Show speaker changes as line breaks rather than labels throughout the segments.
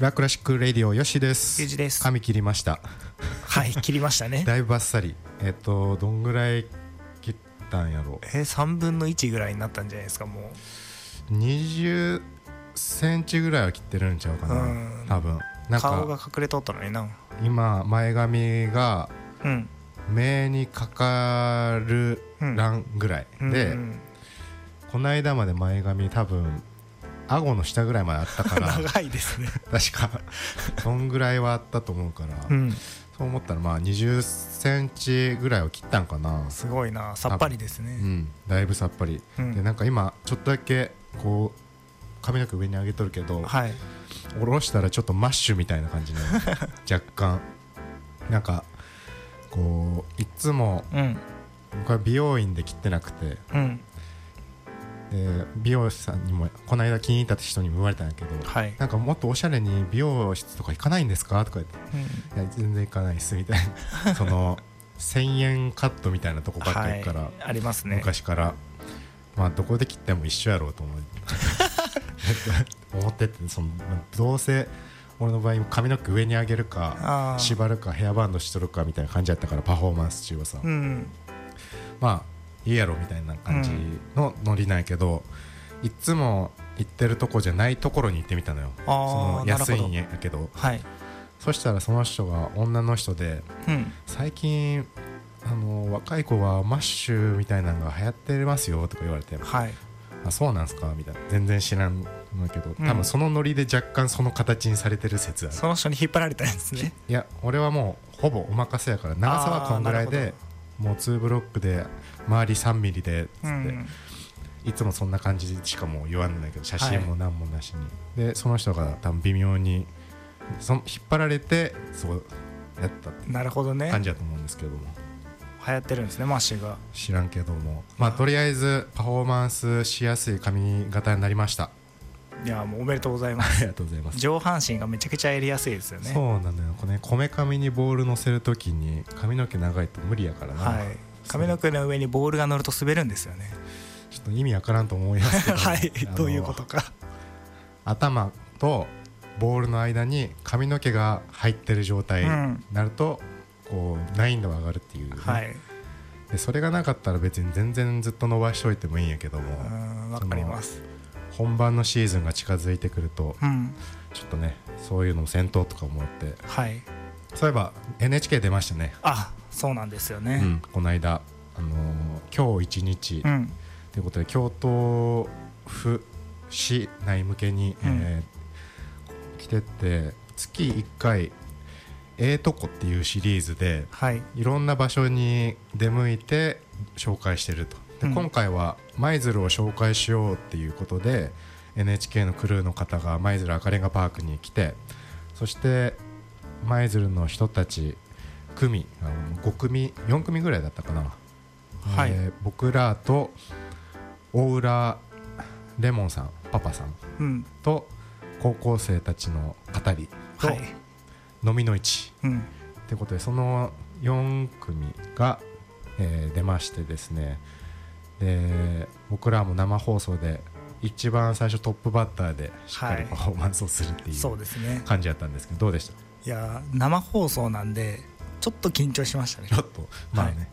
ラクラシックレディオよしです。
ゆうじです
髪切りました。
はい切りましたね
だいぶバッサリ。 えっとどんぐらい切ったんやろ
えー、3分の1ぐらいになったんじゃないですかも
う。20センチぐらいは切ってるんちゃうか
う
な。
ん
多分。
う
なん
顔が
か
隠れとったのにな
今前髪が
うん
目にかかるランぐらい、で、
うん
この間まで前髪多分顎の下ぐらいまであったから
長いです ね
確かそんぐらいはあったと思うから、
うん
そう思ったらまあ2 0ンチぐらいは切ったんかな
すごいなさっぱりです
う
ね
んだいぶさっぱり、
うん
でなんか今ちょっとだけこう髪の毛上に上げとるけど
はい
下ろしたらちょっとマッシュみたいな感じの 若干なんかこういつも
うん
僕は美容院で切ってなくて
うん
で美容師さんにもこの間気に入った人にも言われたんやけど、
はい
なんかもっとおしゃれに美容室とか行かないんですかとか言って
うん
いや全然行かないですみたい なその1000円カットみたいなとこばっか行くから、
ありますね
昔からまあどこで切っても一緒やろうと思う 思っててそのどうせ俺の場合髪の毛上に上げる
あ
か
ー
縛るかヘアバンドしとるかみたいな感じやったからパフォーマンス中はさ、
うん
まあいいやろみたいな感じのノリなんやけど、いつも行ってるとこじゃないところに行ってみたのよそ
あ
の
あなる
安
ほ
い
ど
んやけど
はい
そしたらその人が女の人で
うん
最近あの若い子はマッシュみたいなのが流行ってますよとか言われて
はい
あそうなんすかみたいな全然知らんのだけど
うん
多分そのノリで若干その形にされてる説ある、
その人に引っ張られたんですね
いや俺はもうほぼお任せやから長さはこんぐらい
あーな
で
る
もう2ブロックで周り3ミリ でつって、
うん
いつもそんな感じしかもう言わんないけど写真も何もなしに、でその人が多分微妙にその引っ張られてそうやったって
なるほどね
感じだと思うんですけども
流行ってるんですねマッシュが
知らんけどもまあとりあえずパフォーマンスしやすい髪型になりました
いやもうおめでとうございま
あ
す
りがとうございます
上半身がめちゃくちゃやりやすいですよね
そうなのよこれねこめかみにボール乗せるときに髪の毛長いと無理やからな、
はい、髪の毛の上にボールが乗ると滑るんですよね。
ちょっと意味わからんと思いますけど
はい
あ、の
どういうことか。
頭とボールの間に髪の毛が入ってる状態
うん
になると、こう難易度が上がるっていうね、
はい、
でそれがなかったら別に全然ずっと伸ばしといてもいいんやけども
うーん、わかります。
本番のシーズンが近づいてくると
うん、
ちょっとねそういうのも戦闘とか思って
はい。
そういえば NHK 出ましたね、
あ、そうなんですよ
う
ね。
ん、この間、あのー今日一日
う
と、
ん、
いうことで京都府市内向けに、
うん
えー来てて月1回「ええとこ」っていうシリーズで
はい、
いろんな場所に出向いて紹介してるとで、
うん
今回は舞鶴を紹介しようっていうことで NHK のクルーの方が舞鶴赤レンガパークに来てそして舞鶴の人たち組あの5組4組ぐらいだったかな、
はい
えー僕らと大浦レモンさんパパさん
うん、
と高校生たちの語りと
はい、
飲みの市
うん、
ということでその4組が、えー出ましてですねで僕らも生放送で一番最初トップバッターでしっかり
はい
パフォーマンスをするってい
そう
う
ですね。
感じだったんですけどどうでした
いやー、生放送なんで、ちょっと緊張しましたね
ち。ょっとまあね、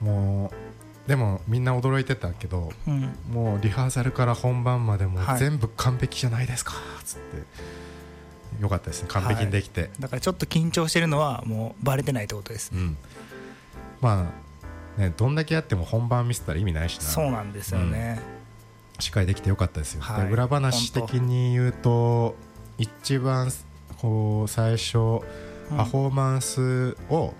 もうでもみんな驚いてたけど
うん、
もうリハーサルから本番までもう
はい
全部完璧じゃないですかっつってよかったですね完璧にできて、
だからちょっと緊張してるのは、もうバレてないってことです。
うん、まあねどんだけやっても本番見せたら意味ないしな
そうなんですよね。
しっかりできてよかったですよ、
はい
で裏話的に言うと一番こう最初
うん
パフォーマンスを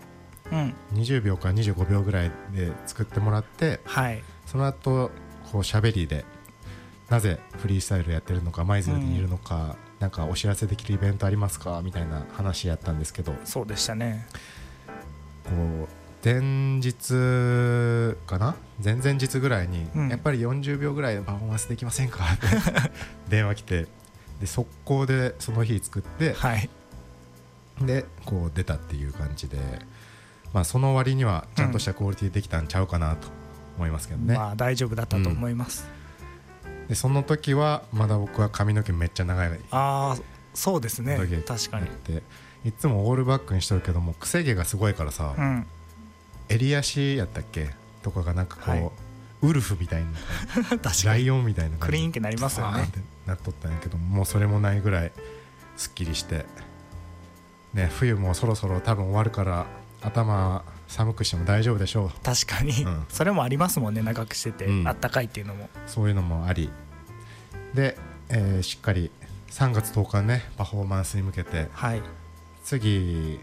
うん、
20秒から25秒ぐらいで作ってもらって
はい、
その後こう喋りでなぜフリースタイルやってるのか舞鶴にいるのか、なんかお知らせできるイベントありますかみたいな話やったんですけどこ
そうでしたね。
う前日かな前々日ぐらいに、
うん
やっぱり40秒ぐらいのパフォーマンスできませんかって 電話来てで速攻でその日作って、
はい、
でこう出たっていう感じでまあ、その割にはちゃんとしたクオリティできたんちゃうかなと思いますけどね、
まあ大丈夫だったと思います、
でその時はまだ僕は髪の毛めっちゃ長い
ああそうですね
だけ
確かに、
でいつもオールバックにしとるけども癖毛がすごいからさ、
うん
襟足やったっけとかがなんかこう、
はい
ウルフみたいな
確か
ラ
に
イオンみたいな
ク
感
リ
じ
ーンってなりますよ
バーン
ね
ってなっとったんやけどもうそれもないぐらいすっきりして、ね、冬もそろそろ多分終わるから頭寒くしても大丈夫でしょう
確かに、
うん
それもありますもんね長くしてて、
うん
あったかいっていうのも
そういうのもありで、えーしっかり3月10日ねパフォーマンスに向けて
はい
次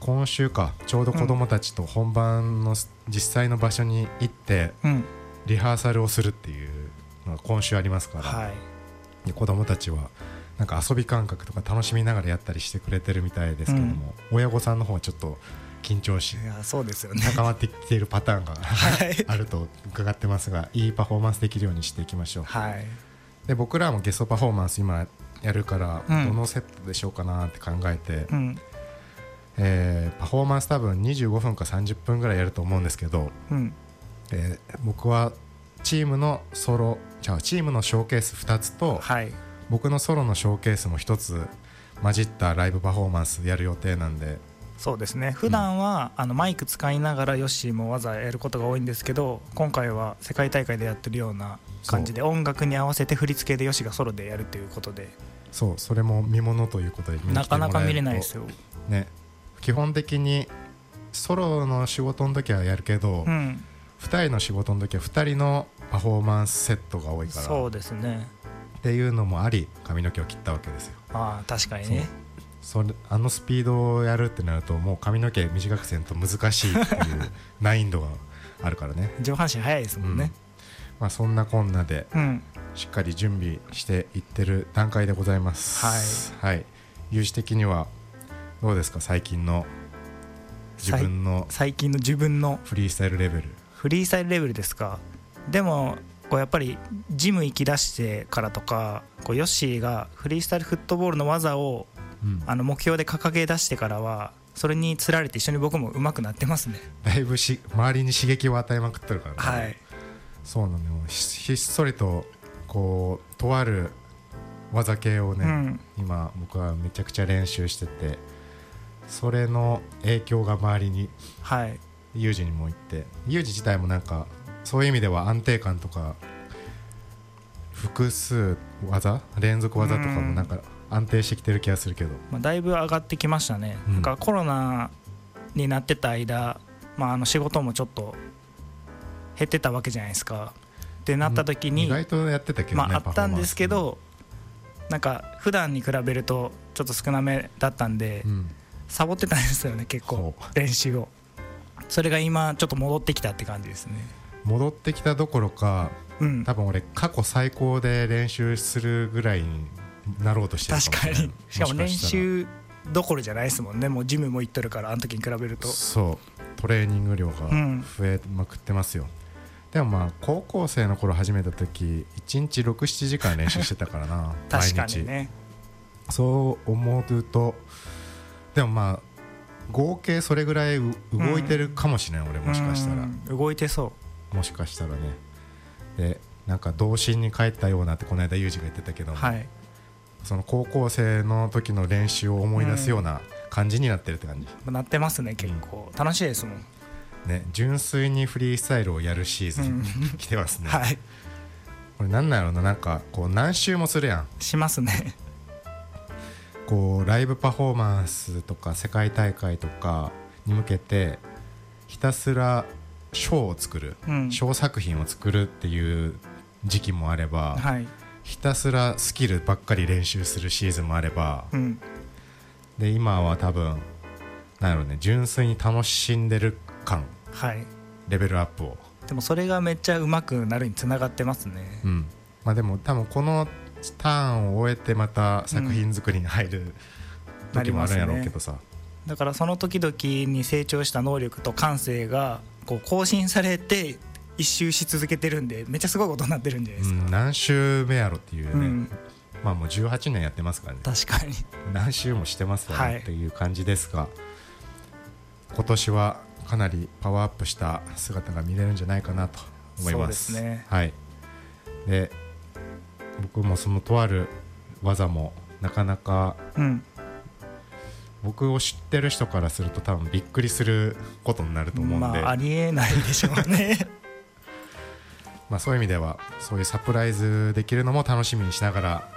今週かちょうど子供たちと本番のす実際の場所に行って
うん
リハーサルをするっていうのが今週ありますから、
はい
で子供たちはなんか遊び感覚とか楽しみながらやったりしてくれてるみたいですけども、親御さんの方はちょっと緊張し
いやそうですよね
高まってきているパターンが
はい
あると伺ってますがいいパフォーマンスできるようにしていきましょう。
はい
で僕らもゲストパフォーマンス今やるから、
うん
どのセットでしょうかなって考えて、
うん
えーパフォーマンス多分25分か30分ぐらいやると思うんですけど、
うん
えー僕はチームのソロじゃあチームのショーケース2つと、
はい
僕のソロのショーケースも1つ混じったライブパフォーマンスやる予定なんで
そうですね普段は、あのマイク使いながらヨッシーも技やることが多いんですけど今回は世界大会でやってるような感じで音楽に合わせて振り付けでヨッシーがソロでやるということで
そうそれも見ものということで見に来てもらえ
な
ると
かなか見れないですよ、
ね、基本的にソロの仕事の時はやるけど、
うん、
2人の仕事の時は2人のパフォーマンスセットが多いから
そうですね
っていうのもあり髪の毛を切ったわけですよ
ああ確かにね
それあのスピードをやるってなるともう髪の毛短くせんと難しいっていう難易度があるからね、
上半身早いですもんね
まあ、そんなこんなで
うん、
しっかり準備していってる段階でございますはい、有志的にはどうですか最近の自分の
最近の自分の
フリースタイルレベル
フリースタイルレベルですかでもこうやっぱりジム行き出してからとかこうヨッシーがフリースタイルフットボールの技を
うん
あの目標で掲げ出してからはそれにつられて一緒に僕も上手くなってますね
だいぶし周りに刺激を与えまくってるからね、
はい
そうなのよひひっそりとこうとある技系をね、
うん
今僕はめちゃくちゃ練習しててそれの影響が周りに
はい
ユージにも行ってユージ自体もなんかそういう意味では安定感とか複数技連続技とかもなんか安定してきてる気がするけど、
まあ、だいぶ上がってきましたね、
うん
なんかコロナになってた間、まあ、あの仕事もちょっと減ってたわけじゃないですかってなった時に、
意外とやってたけど
ま
ね、
あ、あったんですけ
パフォーマン
どなんか普段に比べるとちょっと少なめだったんで、
スうん
サボってたんですよね結構
そ
練習をそれが今ちょっと戻ってきたって感じですね
戻ってきたどころか
うん
多分俺過去最高で練習するぐらいになろうとしてる
確かにしかも練
したら
習どころじゃないですもんねもうジムも行っとるからあの時に比べると
そうトレーニング量が
うん
増えまくってますよ、でもまあ高校生の頃始めた時1日67時間練習してたからな
確か
毎日
にね
そう思うとでもまあ合計それぐらいう動いてるかもしれない、俺もしかしたら
うん動いてそ
もしかしたらねでなんか童心に帰ったようなってこの間ユージが言ってたけど
う
も、
はい
その高校生の時の練習を思い出すような感じになってるって感じ、
なってますね結構楽しいですもん
ね純粋にフリースタイルをやるシーズン来てますね、
はい
これなんなんやろうななんかこう何周もするやん
しますね
こうライブパフォーマンスとか世界大会とかに向けてひたすらショーを作る、
うん
ショー作品を作るっていう時期もあれば、
はい
ひたすらスキルばっかり練習するシーズンもあれば、
うん
で今は多分なんやろうね純粋に楽しんでる感
はい
レベルアップを、
でもそれがめっちゃ上手くなるにつながってますね
うんまあ、でも多分このターンを終えてまた作品作りに入る、
な
時
り
もあ
ます
るん
ね
やろうけどさ、
だからその時々に成長した能力と感性がこう更新されて一周し続けてるんでめっちゃすごいことになってるんじゃないうですか、
ん、何週目やろっていうね、
うん
まあもう18年やってますからね
確かに
何週もしてますよ
は
ね
い
っていう感じですが、今年はかなりパワーアップした姿が見れるんじゃないかなと思います。
そうですね
はい、で僕もそのとある技もなかなか
うん
僕を知ってる人からすると多分びっくりすることになると思うんで、
まあ
ま
あ
あ、
りえないでしょうね
そういう意味ではそういうサプライズできるのも楽しみにしながら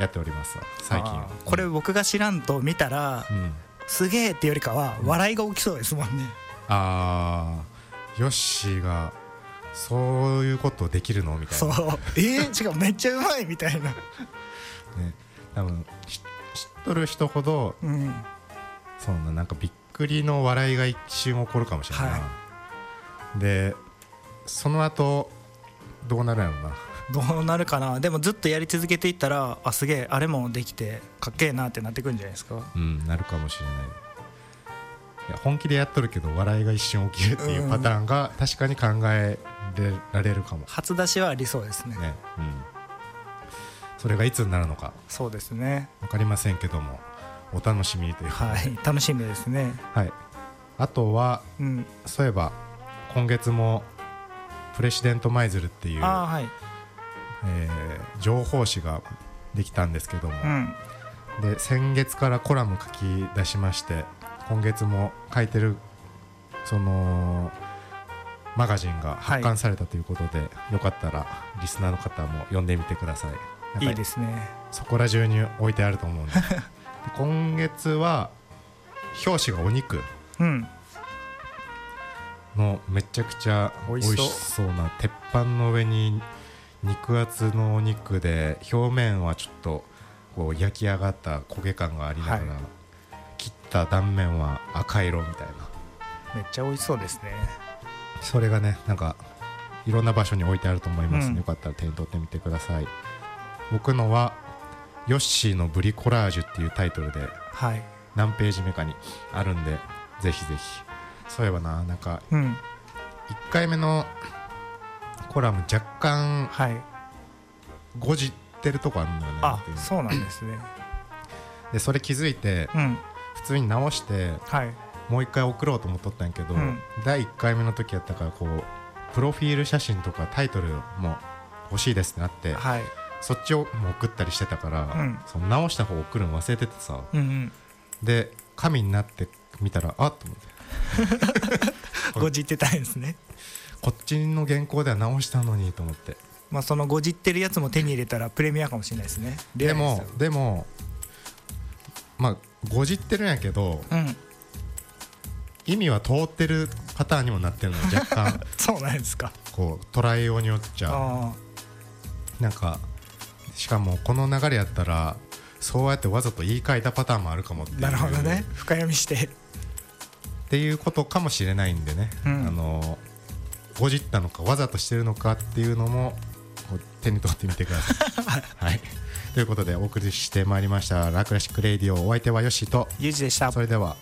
やっております最 近
あーこれ
うん
僕が知らんと見たらすげえっていうよりかは笑いが起きそうですもんね
あーヨッシーがそういうことできるのみたい
そう
な、
えー、しかもめっちゃうまいみたいな
ね、多分し知っとる人ほど
うん
そんななんかびっくりの笑いが一瞬起こるかもしれないな、
は
でその後どうなるんやろうな
どうなるかなでもずっとやり続けていったらあすげえあれもできてかっけえなってなってくんじゃないですか
うんなるかもしれないいや本気でやっとるけど笑いが一瞬起きるっていうパターンが確かに考えられるかも
初出しはありそうですね
ね、うん、それがいつになるのか
そうですね
分かりませんけどもお楽しみにということで
はい楽しみですね
はい、あとは
うん
そういえば今月もプレシデント・マイズルっていう、
ああはい
えー情報誌ができたんですけども、
うん
で先月からコラム書き出しまして今月も書いてるそのマガジンが発刊されたということで、よかったらリスナーの方も読んでみてくださいなんか
いいですね
そこら中に置いてあると 思うんでで今月は表紙がお肉
うん
のめちゃくちゃ
美
美
味
味
しそう
しそうな鉄板の上に肉厚のお肉で表面はちょっとこう焼き上がった焦げ感がありながら、
はい
切った断面は赤色みたいな
めっちゃ美味しそうですね
それがねなんかいろんな場所に置いてあると思いますので、
うん
よかったら手に取ってみてください僕のは「ヨッシーのブリコラージュ」っていうタイトルで
はい
何ページ目かにあるんでぜひぜひそういえばななんか
うん
1回目のコラム若干
はい
ごじってるとこあるんだよね
あ
っていう
そうなんですね
でそれ気づいて
うん
普通に直して
はい
もう一回送ろうと思っとったんやけど、
うん
第1回目の時やったからこうプロフィール写真とかタイトルも欲しいですってなって
はい
そっちをもう送ったりしてたから、
うん
その直した方送るの忘れててさ
うんうん
で紙になって見たらあっと思って
ごじってたんですね
こっちの原稿では直したのにと思って
まあそのごじってるやつも手に入れたらプレミアかもしれないですね
でもで
レ
もまあごじってるんやけど
アですようん
意味は通ってるパターンにもなってるのよ若干
そうなんですか
こう捉えようによっちゃ
あ
なんかしかもこの流れやったらそうやってわざと言い換えたパターンもあるかもってい
あ
う
なるほどね深読みして
っていうことかもしれないんでね、
うん
あのごじったのかわざとしてるのかっていうのもこう手に取ってみてくださ い。はい、ということでお送りしてまいりました「ラクラシック・レイディオ」お相手はヨッシーと
ゆうじでした
それでは